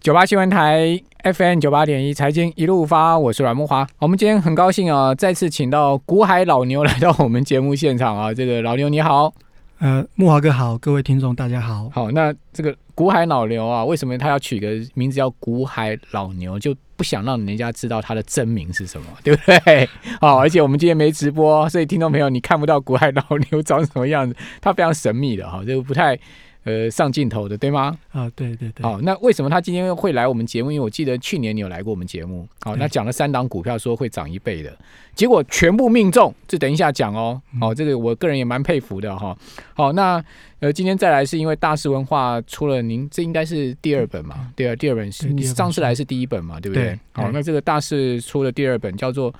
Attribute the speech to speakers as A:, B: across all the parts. A: 九八新闻台 FM 九八点一财经一路发，我是阮木华。我们今天很高兴啊，再次请到古海老牛来到我们节目现场啊。 这个老牛你好，
B: 呃，木华哥好，各位听众大家好。
A: 好，那这个古海老牛啊，为什么他要取个名字叫古海老牛，就不想让人家知道他的真名是什么， 对不对？好，而且我们今天没直播，所以听众朋友你看不到古海老牛长什么样子，他非常神秘的哈，就不太呃上镜头的，对吗？
B: 啊、对对对，
A: 好，那为什么他今天会来我们节目？因为我记得去年你有来过我们节目，好，
B: 对
A: 那讲了三档股票，说会涨一倍的，结果全部命中，这等一下讲哦。
B: 嗯
A: 好、这个我个人也蛮佩服的哈、好，那呃，今天再来是因为大师文化出了您，这应该是第二本嘛？对啊，第二本是
B: 对
A: 你
B: 第二本
A: 上次来是第一本嘛？对不对？
B: 对
A: 好，
B: 对
A: 那这个大师出了第二本，叫做。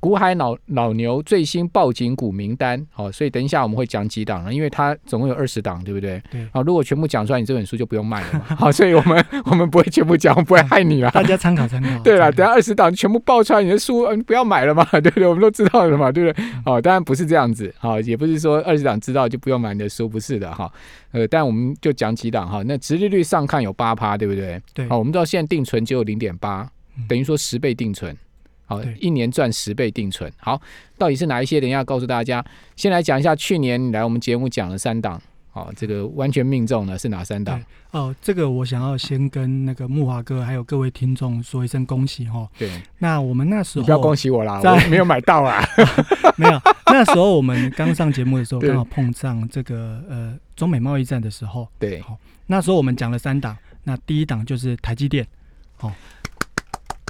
A: 股海老老牛最新报警股名单，好、所以等一下我们会讲几档了，因为它总共有二十档，对不对？
B: 对
A: 好，如果全部讲出来，你这本书就不用卖了嘛。 好，所以我们我们不会全部讲，不会害你 啦。。
B: 大家参考参考
A: 对了，
B: 参考
A: 等下二十档全部爆出来，你的书嗯不要买了嘛， 对不对？我们都知道了嘛，对不对？好，当然不是这样子，好，也不是说二十档知道就不用买你的书，不是的哈。呃，但我们就讲几档哈，那直利率上看有八趴，对不对？
B: 对
A: 好，我们知道现在定存只有零点八
B: 嗯，
A: 等于说十倍定存。好
B: 对，
A: 一年赚十倍定存。好，到底是哪一些？等一下告诉大家。先来讲一下去年你来我们节目讲了三档，好，这个完全命中了是哪三档？
B: 哦，这个我想要先跟那个木华哥还有各位听众说一声恭喜哈。
A: 对，
B: 那我们那时
A: 你
B: 候
A: 不要恭喜我啦，
B: 在
A: 我没有买到啊啦。
B: 没有，那时候我们刚上节目 的时候，
A: 对
B: 刚好碰上这个呃中美贸易战的时候，
A: 对，
B: 那时候我们讲了三档，那第一档就是台积电，哦，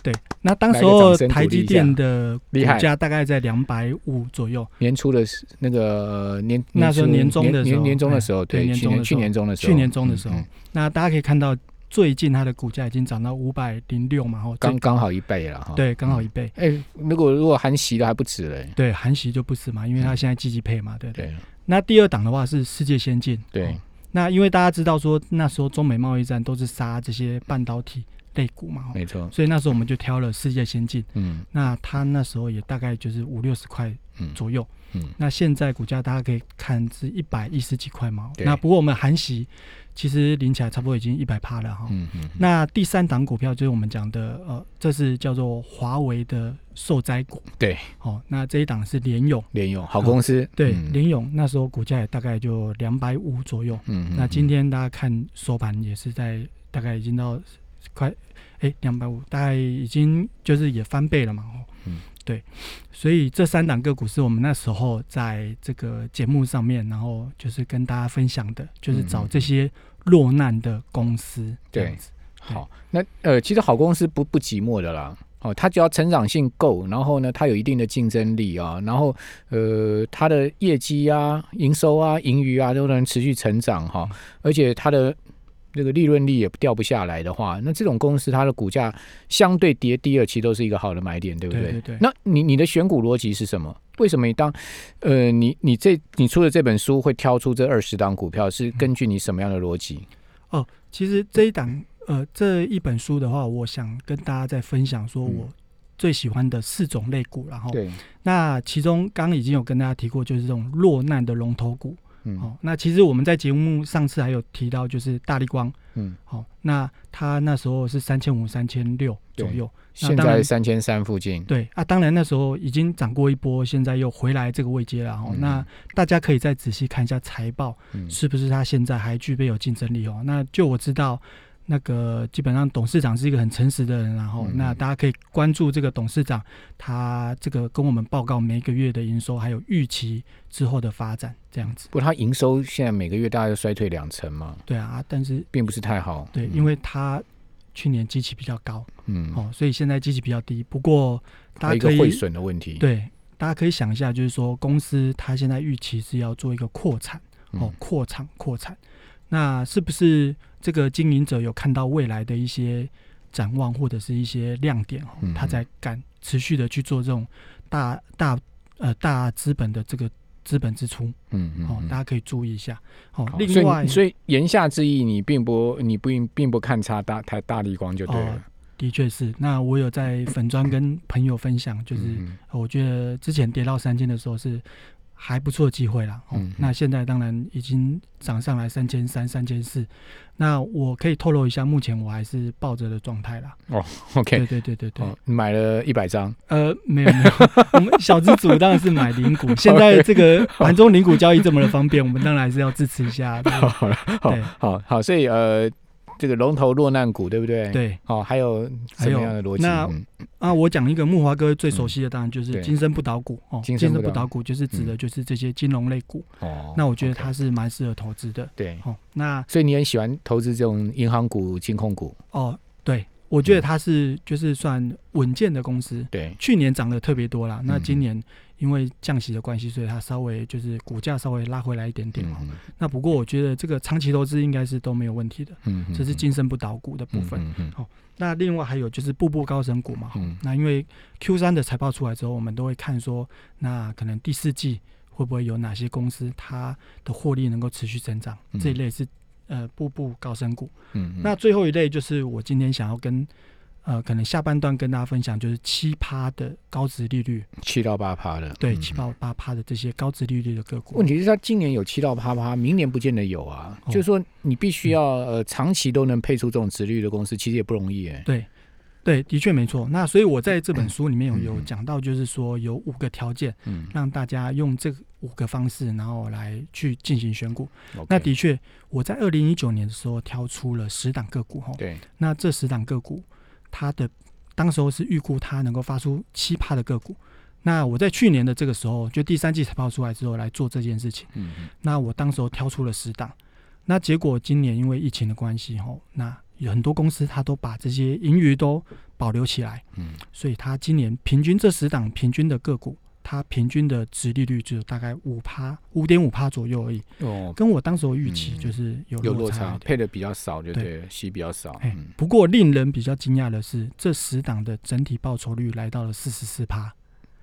B: 对，那当时
A: 来
B: 候
A: 个掌声鼓励一下
B: 台积电的股
A: 厉害
B: 价大概在两百五左右，
A: 年初的时那个年
B: 那时候
A: 年
B: 年
A: 初
B: 中的时候
A: 年年中的时候，
B: 哎对
A: 对，
B: 年
A: 去
B: 中的
A: 年去
B: 时候
A: 年中的时候，
B: 去年中的时候
A: 嗯嗯
B: 那大家可以看到最近它的股价已经涨到五百零六嘛，哦，
A: 刚
B: 最
A: 刚好一倍了哈。，
B: 对，刚好一倍。
A: 哎，如果如果含息的还不止嘞。
B: 对，韩息就不是嘛，因
A: 嗯
B: 为它现在积极配嘛，对不对？
A: 对
B: 那第二档的话是世界先进，
A: 对
B: 哦那因为大家知道说那时候中美贸易战都是杀这些半导体类股嘛，哦
A: 没错，
B: 所以那时候我们就挑了世界先进，
A: 嗯
B: 那它那时候也大概就是五六十块
A: 嗯
B: 左右，
A: 嗯，
B: 那现在股价大家可以看是一百一十几块嘛，
A: 对
B: 那不过我们韩息其实领起来差不多已经一百趴了哈、
A: 嗯嗯，
B: 那第三档股票就是我们讲的，呃，这是叫做华为的受灾股。
A: 对，
B: 哦，那这一档是联咏，
A: 联用好公司，
B: 对，
A: 嗯
B: 联咏那时候股价也大概就两百五左右。
A: 嗯，嗯
B: 那今天大家看收盘也是在大概已经到快哎两百五，大概已经就是也翻倍了嘛。哦，
A: 嗯，
B: 对，所以这三档个股是我们那时候在这个节目上面，然后就是跟大家分享的，
A: 嗯
B: 就是找这些落难的公司这样
A: 对
B: 子。
A: 好，那呃，其实好公司不不寂寞的啦。哦，它只要成长性够，然后呢，它有一定的竞争力啊，然后呃，它的业绩啊、营收啊、盈余啊都能持续成长哈、
B: 嗯
A: 而且它的这个利润率也掉不下来的话，那这种公司它的股价相对跌低了，其实都是一个好的买点，对不
B: 对对对
A: 那你你的选股逻辑是什么？为什么你当呃你你这你出的这本书会挑出这二十档股票，
B: 嗯
A: 是根据你什么样的逻辑？
B: 其实这一档呃这一本书的话，我想跟大家再分享说
A: 嗯
B: 我最喜欢的四种类股，然后
A: 对，
B: 那其中刚刚已经有跟大家提过，就是这种落难的龙头股。
A: 嗯
B: 哦，那其实我们在节目上次还有提到，就是大力光。
A: 嗯，
B: 哦，那它那时候是三千五、三千六左右。
A: 现
B: 当然
A: 在三千三附近，
B: 对啊，当然那时候已经涨过一波，现在又回来这个位阶了。哦，
A: 嗯
B: 那大家可以再仔细看一下财报，
A: 嗯
B: 是不是它现在还具备有竞争力哦？那就我知道，那个基本上董事长是一个很诚实的人，然后、
A: 嗯
B: 那大家可以关注这个董事长，他这个跟我们报告每个月的营收，还有预期之后的发展这样子。
A: 不过它营收现在每个月大概就衰退两成嘛，
B: 对啊，啊但是
A: 并不是太好。
B: 对，
A: 嗯
B: 因为他去年基期比较高
A: 嗯，
B: 哦，所以现在基期比较低。不过
A: 还有
B: 大
A: 一
B: 家可
A: 个
B: 以
A: 汇损的问题。，
B: 对，大家可以想一下，就是说公司它现在预期是要做一个扩产。哦
A: 嗯，
B: 扩产扩产，那是不是这个经营者有看到未来的一些展望或者是一些亮点哦
A: 嗯，
B: 他才敢持续的去做这种大大呃大资本的这个资本支出
A: 嗯嗯
B: 哦，
A: 嗯
B: 大家可以注意一下哦
A: 好。
B: 另
A: 所
B: 外，
A: 以，所以言下之意，你并不，你不并并不看差大太大力光就对
B: 哦
A: 了。
B: 的确是，那我有在粉砖跟朋友分享，就是
A: 嗯嗯
B: 呃我觉得之前跌到三千的时候是还不错的机会啦。哦，
A: 嗯
B: 那现在当然已经涨上来三千三、三千四，那我可以透露一下，目前我还是抱着的状态啦。
A: OK，
B: 对对对对对，
A: 哦，买了一百张，
B: 呃，没有没有，我们小资主当然是买零股，现在这个盘中零股交易这么的方便，我们当然还是要支持一下。对
A: 好了，好
B: 对
A: 好好，所以呃，这个龙头落难股，对不对？。
B: 对
A: 哦，还有什么样的逻辑？
B: 还有那
A: 嗯
B: 啊，我讲一个木华哥最熟悉的，当然就
A: 对
B: 是金生不倒股哦，
A: 金
B: 金
A: 生不倒嗯
B: 生不倒股就是指的就是这些金融类股。
A: 哦，
B: 那我觉得它
A: OK，
B: 是蛮适合投资的。
A: 对，
B: 哦，那
A: 所以你很喜欢投资这种银行股、金控股，
B: 哦，对，我觉得
A: 嗯
B: 它是就是算稳健的公司。
A: 对，
B: 去年涨得特别多啦，那
A: 嗯
B: 今年因为降息的关系，所以它稍微就是股价稍微拉回来一点点哦。
A: 嗯
B: 那不过我觉得这个长期投资应该是都没有问题的，
A: 嗯嗯
B: 这是金生不倒股的部分。，
A: 嗯嗯嗯
B: 那另外还有就是步步高升股嘛，
A: 嗯
B: 那因为 Q 三的财报出来之后，我们都会看说，那可能第四季会不会有哪些公司它的获利能够持续增长，
A: 嗯
B: 这一类是呃步步高升股。
A: 嗯，嗯
B: 那最后一类就是我今天想要跟呃可能下半段跟大家分享，就是七趴的高值利率，
A: 七到八趴的，
B: 对
A: 嗯
B: 七到八趴的这些高值利率的个股。
A: 问题是，它今年有七到八趴，明年不见得有啊。
B: 哦嗯
A: 就是说，你必须要呃长期都能配出这种值率的公司，其实也不容易哎。
B: 对，对，的确没错。那所以我在这本书里面有
A: 嗯
B: 有
A: 嗯
B: 讲到，就是说有五个条件，
A: 嗯，
B: 让大家用这五个方式，然后来去进行选股。
A: OK，
B: 那的确，我在二零一九年的时候挑出了十档个股哈。
A: 对，
B: 那这十档个股，它的当时候是预估它能够发出七趴的个股。那我在去年的这个时候，就第三季财报出来之后来做这件事情。
A: 嗯
B: 那我当时候挑出了十档，那结果今年因为疫情的关系吼，那有很多公司它都把这些盈余都保留起来，
A: 嗯
B: 所以它今年平均这十档平均的个股，它平均的值利率就大概五趴五点五趴左右而已，
A: 嗯，哦，
B: 跟我当时候预期
A: 嗯
B: 就是有
A: 有
B: 落
A: 落
B: 差
A: 差
B: 一，点。
A: 配的比较少，就对了，息比较少。
B: 哎
A: 嗯，
B: 不过令人比较惊讶的是，这十档的整体报酬率来到了四十四趴，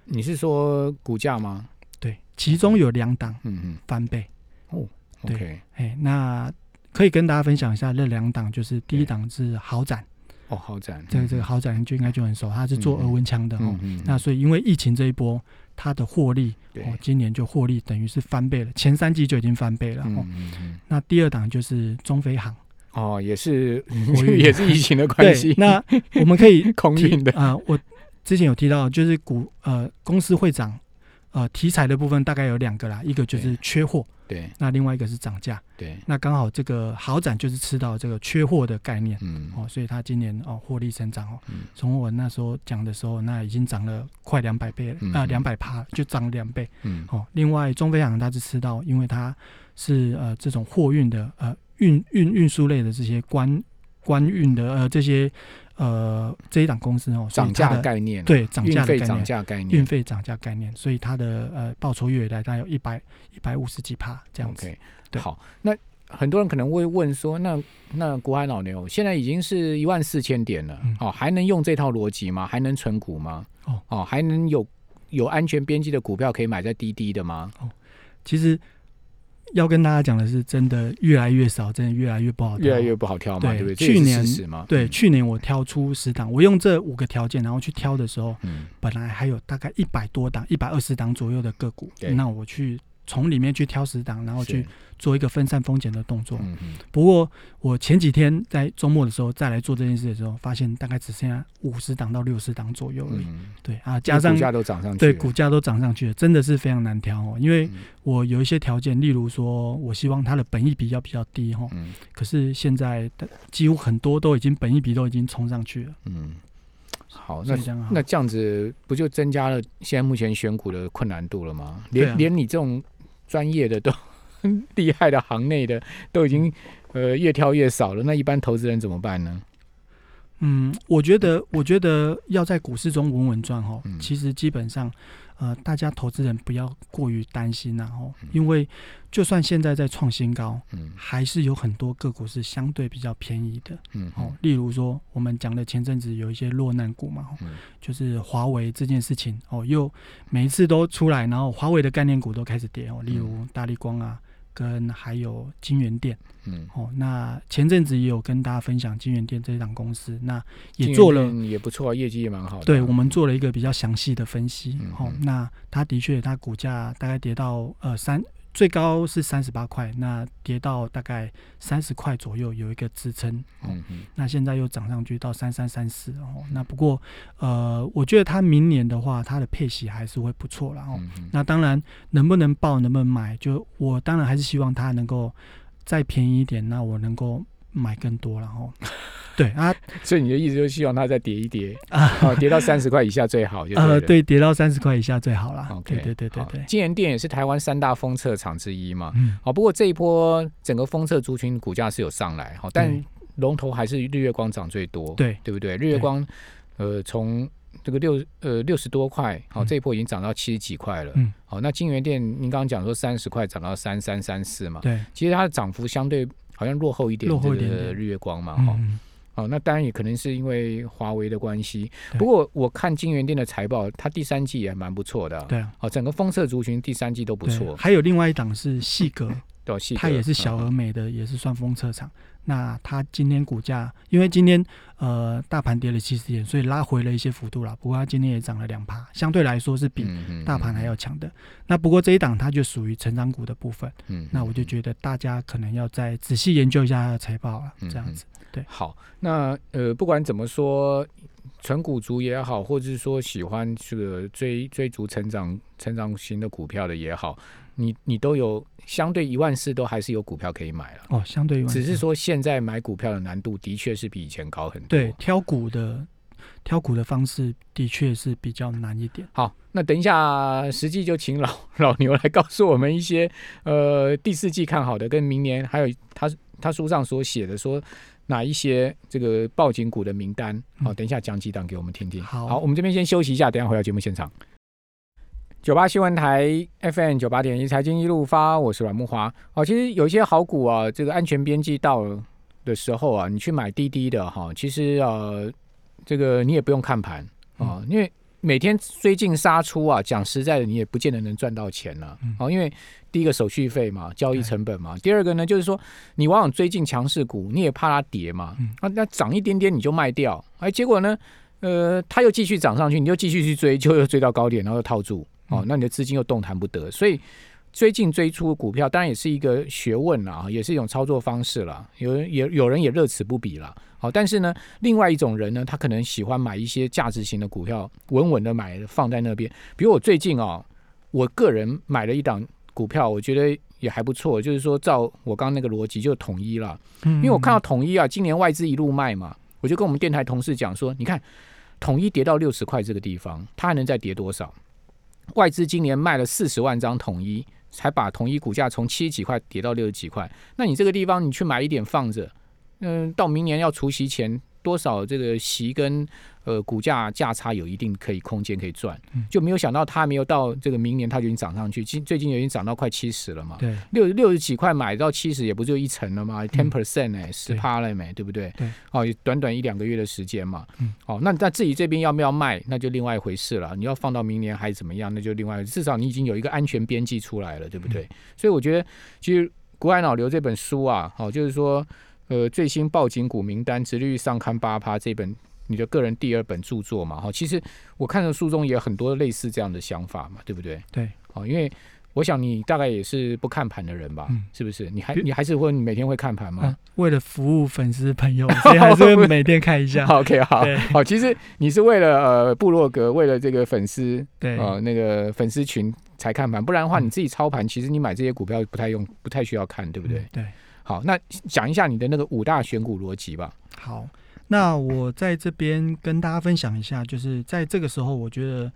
A: 你是说股价吗？
B: 对，其中有两档
A: 嗯
B: 翻倍，
A: 嗯
B: 对
A: ，OK，
B: 哎，那可以跟大家分享一下那两档，就是第一档是豪展。
A: 哦，好赞，
B: 这个这个豪宅就应该就很熟，他是做
A: 嗯
B: 俄文枪的哦
A: 嗯。嗯，
B: 那所以因为疫情这一波，它的获利
A: 对
B: 哦，今年就获利等于是翻倍了，前三季就已经翻倍了
A: 嗯
B: 哦。
A: 嗯嗯，
B: 那第二档就是中 飞航，
A: 哦，也是
B: 国运
A: 也是疫情的关
B: 对
A: 系，，
B: 那我们可以
A: 空
B: 提
A: 运的，
B: 啊、我之前有提到，就是股呃公司会涨，呃题材的部分大概有两个啦，一个就是缺货，
A: 对
B: 那另外一个是涨价。
A: 对，
B: 那刚好这个豪展就是吃到这个缺货的概念。
A: 嗯，
B: 哦，所以它今年哦获利增长哦
A: 嗯，
B: 从我那时候讲的时候，那已经涨了快两百倍了
A: 嗯，
B: 啊
A: 嗯
B: 两百趴就涨两倍
A: 嗯
B: 哦。另外，中飞航它是吃到，因为它是呃这种货运的呃运运运输类的这些官官运的呃这些呃这一档公司哦，所
A: 涨
B: 以它
A: 价
B: 的
A: 概念，，啊
B: 对涨
A: 运
B: 价的
A: 费
B: 概
A: 涨
B: 念。
A: 价概念
B: 运，费涨价概念，所以它的呃报酬率来大概有一百一百五十几趴这样子。
A: OK，
B: 对
A: 好，那很多人可能会问说，那那国海老牛现在已经是一万四千点了，
B: 嗯
A: 哦，还能用这套逻辑吗？还能存股吗？
B: 哦
A: 还能有有安全边际的股票可以买在滴滴的吗？
B: 其实要跟大家讲的是，真的越来越少，真的越来越不好挑，
A: 越来越不好挑嘛，对
B: 啊对
A: 不对？
B: 去
A: 这也
B: 年
A: 是事实嘛，嗯
B: 对，去年我挑出十档，我用这五个条件，然后去挑的时候，
A: 嗯，
B: 本来还有大概一百多档、一百二十档左右的个股
A: 对，
B: 那我去从里面去挑十档，然后
A: 是
B: 去做一个分散风险的动作。
A: 嗯嗯
B: 不过我前几天在周末的时候再来做这件事的时候，发现大概只剩下五十档到六十档左右而已。
A: 嗯，
B: 对啊，加上
A: 股价都涨上去，
B: 对，股价都涨上去了，真的是非常难挑哦。因为
A: 嗯
B: 我有一些条件，例如说我希望它的本益比要比较低哦，
A: 嗯
B: 可是现在的几乎很多都已经本益比都已经冲上去了，
A: 嗯，好，那
B: 所以这样啊好
A: 那这样子不就增加了现在目前选股的困难度了吗？
B: 对啊
A: 连、连你这种专业的都 厉害的行内的都已经呃越挑越少了，那一般投资人怎么办呢？
B: 嗯，我觉得，我觉得要在股市中稳稳赚哦
A: 嗯。
B: 其实基本上，呃，大家投资人不要过于担心然、啊、后，因为就算现在在创新高，
A: 嗯
B: 还是有很多个股是相对比较便宜的
A: 嗯
B: 哦。例如说，我们讲的前阵子有一些落难股嘛，哦
A: 嗯
B: 就是华为这件事情哦，又每一次都出来，然后华为的概念股都开始跌哦，例如大力光啊、跟还有金源店。
A: 嗯，
B: 哦，那前阵子也有跟大家分享金源店这一档公司，那也
A: 金
B: 做
A: 源
B: 了，
A: 店也不错啊，业绩也蛮好的啊。
B: 对我们做了一个比较详细的分析
A: 嗯。
B: 哦
A: 嗯，
B: 那它的确，它股价大概跌到呃三，最高是三十八块，那跌到大概三十块左右有一个支撑。哦，
A: 嗯嗯
B: 那现在又涨上去到三三三四哦，那不过呃，我觉得它明年的话，它的配息还是会不错啦。哦。
A: 嗯嗯
B: 那当然，能不能报，能不能买，就我当然还是希望它能够再便宜一点，那我能够买更多，然后 对啊
A: 所以你的意思就是希望它再跌一跌，
B: 啊
A: 哦，跌到三十块以下最好就
B: 呃，
A: 对了。
B: 对，跌到三十块以下最好啦。
A: OK，
B: 对对对对
A: 好
B: 对，
A: 金源店也是台湾三大封测厂之一嘛。
B: 嗯，
A: 好，不过这一波整个封测族群股价是有上来，好，但
B: 对
A: 龙头还是日月光涨最多，
B: 嗯对
A: 对不对？日月光，呃，从这个六呃六十多块，好、
B: 嗯
A: 这一波已经涨到七十几块了，
B: 嗯，
A: 好，那金源店您刚刚讲说三十块涨到三三三四嘛，
B: 对，
A: 其实它的涨幅相对好像落后一点，
B: 落后一点点
A: 日月光嘛，哈、
B: 嗯，
A: 哦，那当然也可能是因为华为的关系。
B: 对
A: 不过我看金源店的财报，它第三季也蛮不错的啊。
B: 对啊，
A: 哦，整个封测族群第三季都不
B: 对
A: 错。
B: 还有另外一档是细格，
A: 对，细
B: 它
A: 格
B: 也是小
A: 嗯
B: 而美的，也是算风车厂。那它今天股价，因为今天呃大盘跌了七十点，所以拉回了一些幅度啦。不过它今天也涨了两趴，相对来说是比
A: 嗯嗯
B: 大盘还
A: 嗯
B: 要强的。那不过这一档它就属于成长股的部分，
A: 嗯，
B: 那我就觉得大家可能要再仔细研究一下它的财报了，
A: 嗯
B: 这样子。
A: 得好。那呃，不管怎么说，纯股族也好，或者是说喜欢这个追追逐成长成长型的股票的也好，你你都有相对一万四都还是有股票可以买了。
B: 哦，相对于
A: 只是嗯说现在买股票的难度的确是比以前高很多。
B: 对挑股的挑股的方式的确是比较难一点。
A: 好，那等一下，实际就请老 老牛来告诉我们一些呃第四季看好的，跟明年还有他他书上所写的说哪一些这个报警股的名单。好，
B: 嗯
A: 等一下讲几档给我们听听。
B: 好
A: 我们这边先休息一下，等一下回到节目现场。九八新闻台 FM 九八点一财经一路发，我是阮木华。哦，其实有一些好股啊，这个安全边际到了的时候啊，你去买滴滴的哈、其实呃，这个你也不用看盘
B: 嗯
A: 啊、因为每天追进杀出啊，讲实在的，你也不见得能赚到钱了、
B: 嗯
A: 哦，因为第一个手续费嘛，交易
B: 对
A: 成本嘛，第二个呢，就是说你往往追进强势股，你也怕它跌嘛，
B: 嗯
A: 啊，那涨一点点你就卖掉，哎，结果呢，呃，它又继续涨上去，你就继续去追，就又追到高点，然后又套住，哦
B: 嗯，
A: 那你的资金又动弹不得，所以。追进追出股票，当然也是一个学问啦，也是一种操作方式啦。有人也有人也乐此不疲啦。好、但是呢，另外一种人呢，他可能喜欢买一些价值型的股票，稳稳的买放在那边。比如我最近哦，我个人买了一档股票，我觉得也还不错，就是说照我刚刚那个逻辑，就统一啦。
B: 嗯，
A: 因为我看到统一啊，今年外资一路卖嘛，我就跟我们电台同事讲说，你看统一跌到六十块这个地方，它还能再跌多少？外资今年卖了四十万张统一，才把统一股价从七十几块跌到六十几块。那你这个地方你去买一点放着，嗯，到明年要除息前多少这个息跟呃股价价差有一定可以空间可以赚
B: 嗯，
A: 就没有想到它没有到这个明年它就已经涨上去，今最近已经涨到快七十了嘛。
B: 对
A: 六六十几块买到七十，也不就一层了吗？ten percent 哎，十趴了没？对不对？
B: 对，
A: 哦，也短短一两个月的时间嘛。
B: 嗯，
A: 哦，那那自己这边要不要卖，那就另外一回事了。你要放到明年还是怎么样，那就另外，至少你已经有一个安全边际出来了，对不
B: 嗯
A: 对？所以我觉得，其实《古海脑流》这本书啊，哦，就是说，呃，最新报警股名单，直率上看八趴这本。你的个人第二本著作嘛，哈，哦其实我看的书中也有很多类似这样的想法嘛，对不对？
B: 对，
A: 哦，因为我想你大概也是不看盘的人吧，
B: 嗯
A: 是不是？你还
B: 比
A: 你还是会你每天会看盘吗
B: 啊、为了服务粉丝 朋友，所以还是会每天看一 下。
A: o k 好
B: 对
A: 好，其实你是为了呃部落格，为了这个粉丝
B: 对，
A: 呃那个粉丝群才看盘，不然的话
B: 嗯
A: 你自己操盘，其实你买这些股票不太用，不太需要看，对不对？
B: 嗯对。
A: 好，那讲一下你的那个五大选股逻辑吧。
B: 好，那我在这边跟大家分享一下，就是在这个时候，我觉得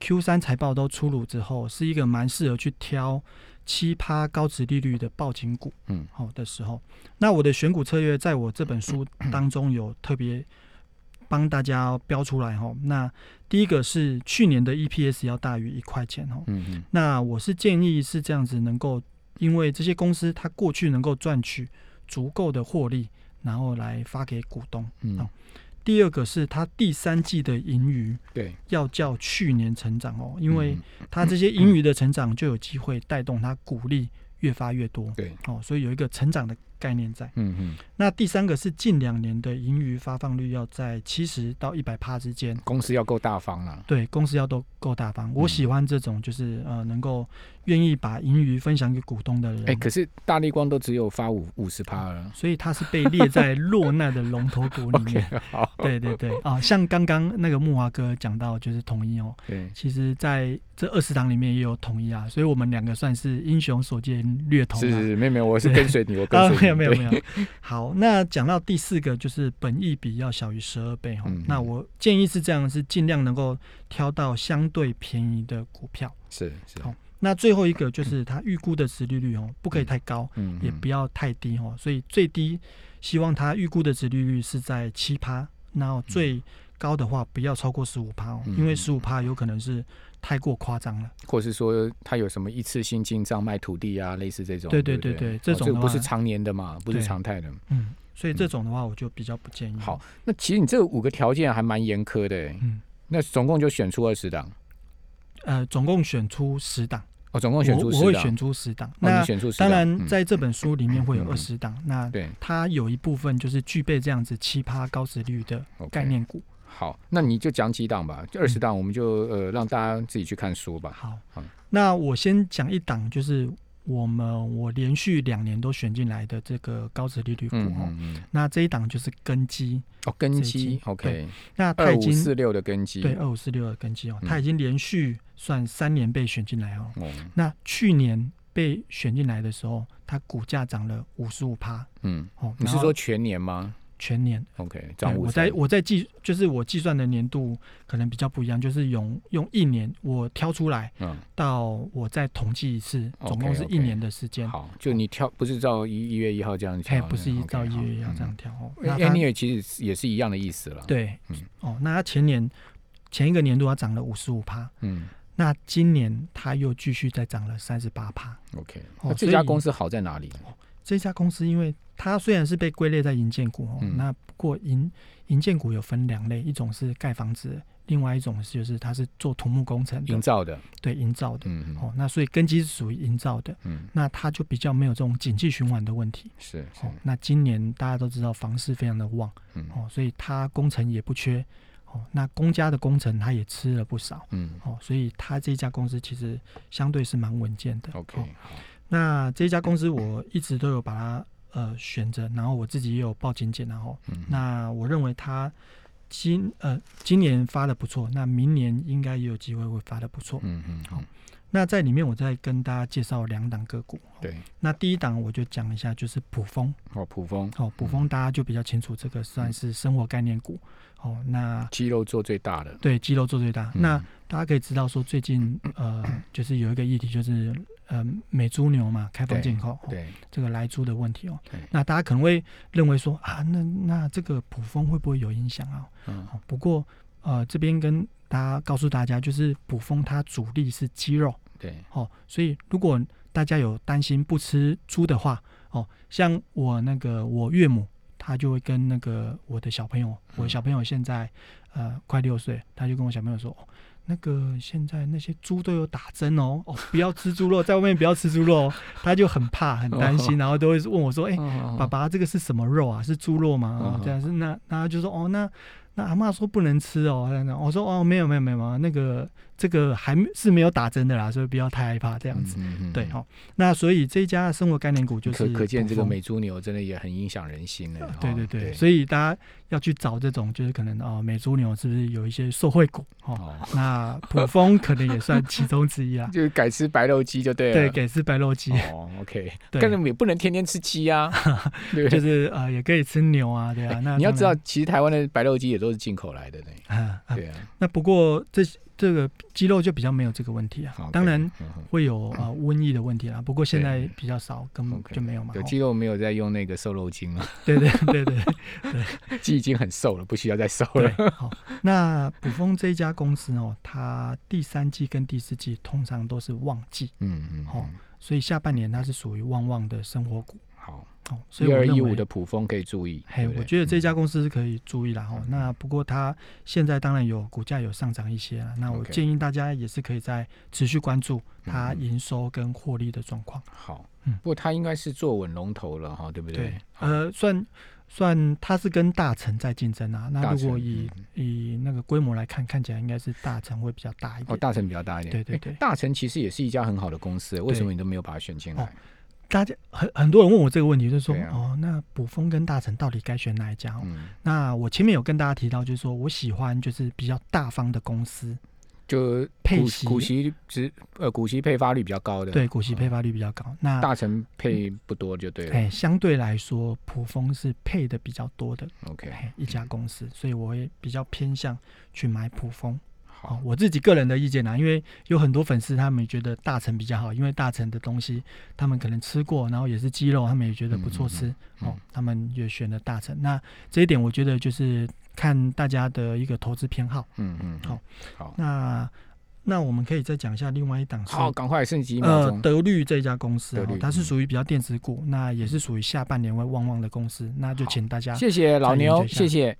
B: Q 三财报都出炉之后，是一个蛮适合去挑七趴高值利率的报警股，
A: 嗯，
B: 好的时候。那我的选股策略在我这本书当中有特别帮大家标出来哈。那第一个是去年的 EPS 要大于一块钱哦，
A: 嗯嗯
B: 那我是建议是这样子，能够因为这些公司它过去能够赚取足够的获利，然后来发给股东。
A: 嗯，
B: 好第二个是它第三季的盈余
A: 对，
B: 要较去年成长哦，因为
A: 嗯
B: 它这些盈余的成长就有机会带动它股利越发越多。
A: 对，
B: 哦，所以有一个成长的概念在。
A: 嗯嗯，
B: 那第三个是近两年的盈余发放率要在七十到一百帕之间。
A: 公司要够大方啊啦。
B: 对，公司要都够大方。我
A: 嗯
B: 喜欢这种，就是呃，能够愿意把盈余分享给股东的人。
A: 哎、可是大力光都只有发五五十趴了。
B: 所以它是被列在落难的龙头股 里
A: OK，
B: 面。
A: 好，
B: 对对对，啊，像刚刚那个木华哥讲到，就是统一哦，
A: 对，
B: 其实在这二十档里面也有统一啊，所以我们两个算是英雄所见略同
A: 是
B: 啊。
A: 是是，没有没有，我是
B: 对
A: 跟随你，我跟
B: 啊，
A: 随你。
B: 没有没有
A: 对
B: 没，有。好，那讲到第四个就是本益比要小于十二倍哈、
A: 嗯
B: 那我建议是这样，是尽量能够挑到相对便宜的股票。
A: 是是，
B: 好那最后一个就是它预估的殖利率哦，不可以太高，
A: 嗯，
B: 也
A: 嗯
B: 不要太低哦。所以最低希望它预估的殖利率是在七趴，然后最高的话不要超过十五趴哦，
A: 嗯
B: 因为十五趴有可能是太过夸张了。
A: 或是说他有什么一次性进账卖土地啊，类似这种。
B: 对
A: 对
B: 对
A: 不
B: 对对
A: 哦
B: 这种
A: 个
B: 的
A: 不是
B: 话
A: 常年的嘛，不是
B: 对
A: 常态的。
B: 嗯，所以这种的话我就比较不建议。
A: 好，那其实你这五个条件还蛮严苛的欸，
B: 嗯，
A: 那总共就选出二十档，
B: 呃，总共选出十档。
A: 哦，总共选出
B: 我
A: 十
B: 我会
A: 档
B: 选，出十档。
A: 哦，
B: 那
A: 你选出十档。
B: 当然，
A: 嗯
B: 在这本书里面会有
A: 嗯嗯
B: 二十档。那
A: 对
B: 它有一部分就是具备这样子奇葩高值率的
A: OK
B: 概念嗯股。
A: 好，那你就讲几档吧，就二十档，我们就呃让大家自己去看书吧。嗯
B: 好
A: 好，
B: 那我先讲一档，就是我们我连续两年都选进来的这个高值利率股
A: 嗯
B: 哦。
A: 嗯嗯，
B: 那这一档就是根基，
A: 哦，根
B: 这一
A: 基
B: 季
A: ，OK，
B: 那它
A: 二
B: 已
A: 五
B: 经
A: 四六的根基，
B: 对，二五四六的根基哦，
A: 嗯
B: 它已经连续算三年被选进来哦。
A: 哦，
B: 那去年被选进来的时候，它股价涨了五十五趴
A: 嗯，
B: 哦。
A: 你是
B: 然后
A: 说全年吗
B: 全年？
A: ？OK，
B: 对
A: 涨，五
B: 我
A: 成
B: 在我在计，就是我计算的年度可能比较不一样，就是用用一年我挑出来，
A: 嗯，
B: 到我再统计一次，总共是
A: OK，OK
B: 一年的时间。
A: 好，就你跳不是照一一月一号这样
B: 哎，
A: 跳，
B: 不是一到一月要这。
A: 嗯
B: 样挑哦。那
A: OK，
B: 它
A: 好 Anyway，其实也是一样的意思了。，
B: 对
A: 嗯
B: 哦，那它前年前一个年度它涨了五十五趴，
A: 嗯
B: 那今年它又继续再涨了三十八趴。
A: ，OK。
B: 哦
A: 那这
B: 所
A: 家
B: 以
A: 公司好在哪里？
B: 这家公司因为它虽然是被归类在银建股哦，
A: 嗯
B: 那不过银银建股有分两类，一种是盖房子的，另外一种是就是它是做土木工程的
A: 营，造的，
B: 对营造的。
A: 嗯嗯
B: 哦，那所以根基是属于营造的，
A: 嗯，
B: 那它就比较没有这种景气循环的问题。
A: 是是
B: 哦，，那今年大家都知道房市非常的旺，
A: 嗯
B: 哦，所以它工程也不缺，哦，那公家的工程它也吃了不少，
A: 嗯
B: 哦，所以它这家公司其实相对是蛮稳健的。
A: ，OK，
B: 哦
A: 好，
B: 那这家公司我一直都有把它呃选择，然后我自己也有报警检，然后
A: 嗯，
B: 哦那我认为它今呃今年发的不错，那明年应该也有机会会发的不错。
A: 嗯嗯，好，
B: 那在里面我再跟大家介绍两档个股。
A: 对，
B: 那第一档我就讲一下，就是普丰
A: 哦，普丰
B: 哦，普丰大家就比较清楚，这个算
A: 嗯
B: 是生活概念股哦。那
A: 肌肉做最大的，
B: 对肌肉做最大，
A: 嗯
B: 那大家可以知道说，最近呃，就是有一个议题就是呃，美猪牛嘛，开放
A: 对
B: 进口，哦
A: 对，
B: 这个来猪的问题哦
A: 对。
B: 那大家可能会认为说啊，那那这个普丰会不会有影响啊？
A: 嗯
B: 哦，不过呃，这边跟大家告诉大家，就是普丰它主力是鸡肉。
A: 对，
B: 哦，所以如果大家有担心不吃猪的话，哦，像我那个我岳母，她就会跟那个我的小朋友，我小朋友现在呃快六岁，她就跟我小朋友说，哦，那个现在那些猪都有打针哦，哦，不要吃猪肉，在外面不要吃猪肉哦，她就很怕很担心，然后都会问我说，哎、
A: 爸，
B: 爸爸，这个是什么肉啊？是猪肉吗？
A: 嗯
B: 哦
A: 嗯，
B: 这样是那，然后就说哦，那那阿嬷说不能吃哦。这样讲我说哦，没有没有没有没有，那个这个还没是没有打针的啦，所以不要太害怕这样子。
A: 嗯
B: 对，哦，那所以这一家的生活概念股就是
A: 可可见这个
B: 普丰
A: 美猪牛真的也很影响人心呢。
B: 对
A: 哦
B: 对对，所以大家要去找这种就是可能哦，美猪牛是不是有一些受惠股 哦？
A: 哦，。
B: 那普丰可能也算其中之一啦
A: 就改吃白肉鸡就对
B: 对，
A: 了。
B: 给是白肉鸡，
A: 哦，OK，
B: 对
A: 但是我们也不能天天吃鸡 啊，对不对？
B: 就是呃也可以吃牛啊，对啊。那
A: 哎你要
B: 当
A: 知道
B: 然，
A: 其实台湾的白肉鸡也都是进口来的呢。
B: 啊啊
A: 对啊，
B: 那不过这这个鸡肉就比较没有这个问题啊
A: 好，
B: 当然，
A: 嗯哼
B: 会 有呃瘟疫的问题啦，不过现
A: 对
B: 在比较少，根本
A: OK，
B: 就没有嘛。
A: 有
B: 哦
A: 肌肉没有在用那个瘦肉精了，
B: 对对对对
A: 鸡已经很瘦了，不需要再瘦了。
B: 对，好。那普丰这一家公司哦，它第三季跟第四季通常都是旺季，
A: 嗯嗯，
B: 好
A: 嗯
B: 所以下半年它是属于旺旺的生活股。
A: 好，
B: 哦，所以
A: 一
B: 我
A: 二
B: 认
A: 一
B: 为
A: 五的普丰可以注意，对，
B: 嘿
A: 嗯不
B: 我
A: 对？
B: 觉得这家公司是可以注意啦哦。那不过它现在当然有股价有上涨一些啦，那我
A: OK
B: 建议大家也是可以在持续关注它
A: 嗯嗯
B: 营收跟获利的状况。
A: 好
B: 嗯，
A: 不过它应该是坐稳龙头了哈，对不
B: 对，
A: 好
B: 呃，算算它是跟大成在竞争啊。那
A: 大嗯
B: 如果
A: 成
B: 以、以那个规模来看，看起来应该是大成会比较大一点。
A: 哦，大成比较大一点，
B: 对对
A: 诶
B: 对
A: 大成其实也是一家很好的公司，为什么你都没有把它选进
B: 哦
A: 来？
B: 大家很很多人问我这个问题，就是说、
A: 对啊
B: 哦，那补风跟大成到底该选哪一家、哦？
A: 嗯，
B: 那我前面有跟大家提到，就是说我喜欢就是比较大方的公司，
A: 就
B: 配
A: 股
B: 息
A: 股息值呃股息配发率比较高的，
B: 对，股息配发率比较高。那
A: 啊嗯大成配不多就对了。
B: 啊哎，相对来说，普丰是配的比较多的
A: OK，
B: 哎一
A: 嗯
B: 家公司，所以我会比较偏向去买普丰。哦
A: 好，，
B: 我自己个人的意见啦、啊因为有很多粉丝他们觉得大成比较好，因为大成的东西他们可能吃过，然后也是鸡肉，他们也觉得不错吃，
A: 嗯
B: 哦，他们也选了大成。那这一点我觉得就是看大家的一个投资偏好。
A: 嗯嗯，
B: 好，
A: 好，
B: 那那我们可以再讲一下另外一档是
A: 好，赶快剩几秒
B: 嗯呃
A: 钟。
B: 德律这家公司、
A: 德
B: 哦
A: 律，
B: 它是
A: 嗯
B: 属于比较电子股，那也是属于下半年会旺旺的公司，那就
A: 好
B: 请大家
A: 谢谢老
B: 再研
A: 牛
B: 究，一下
A: 谢谢。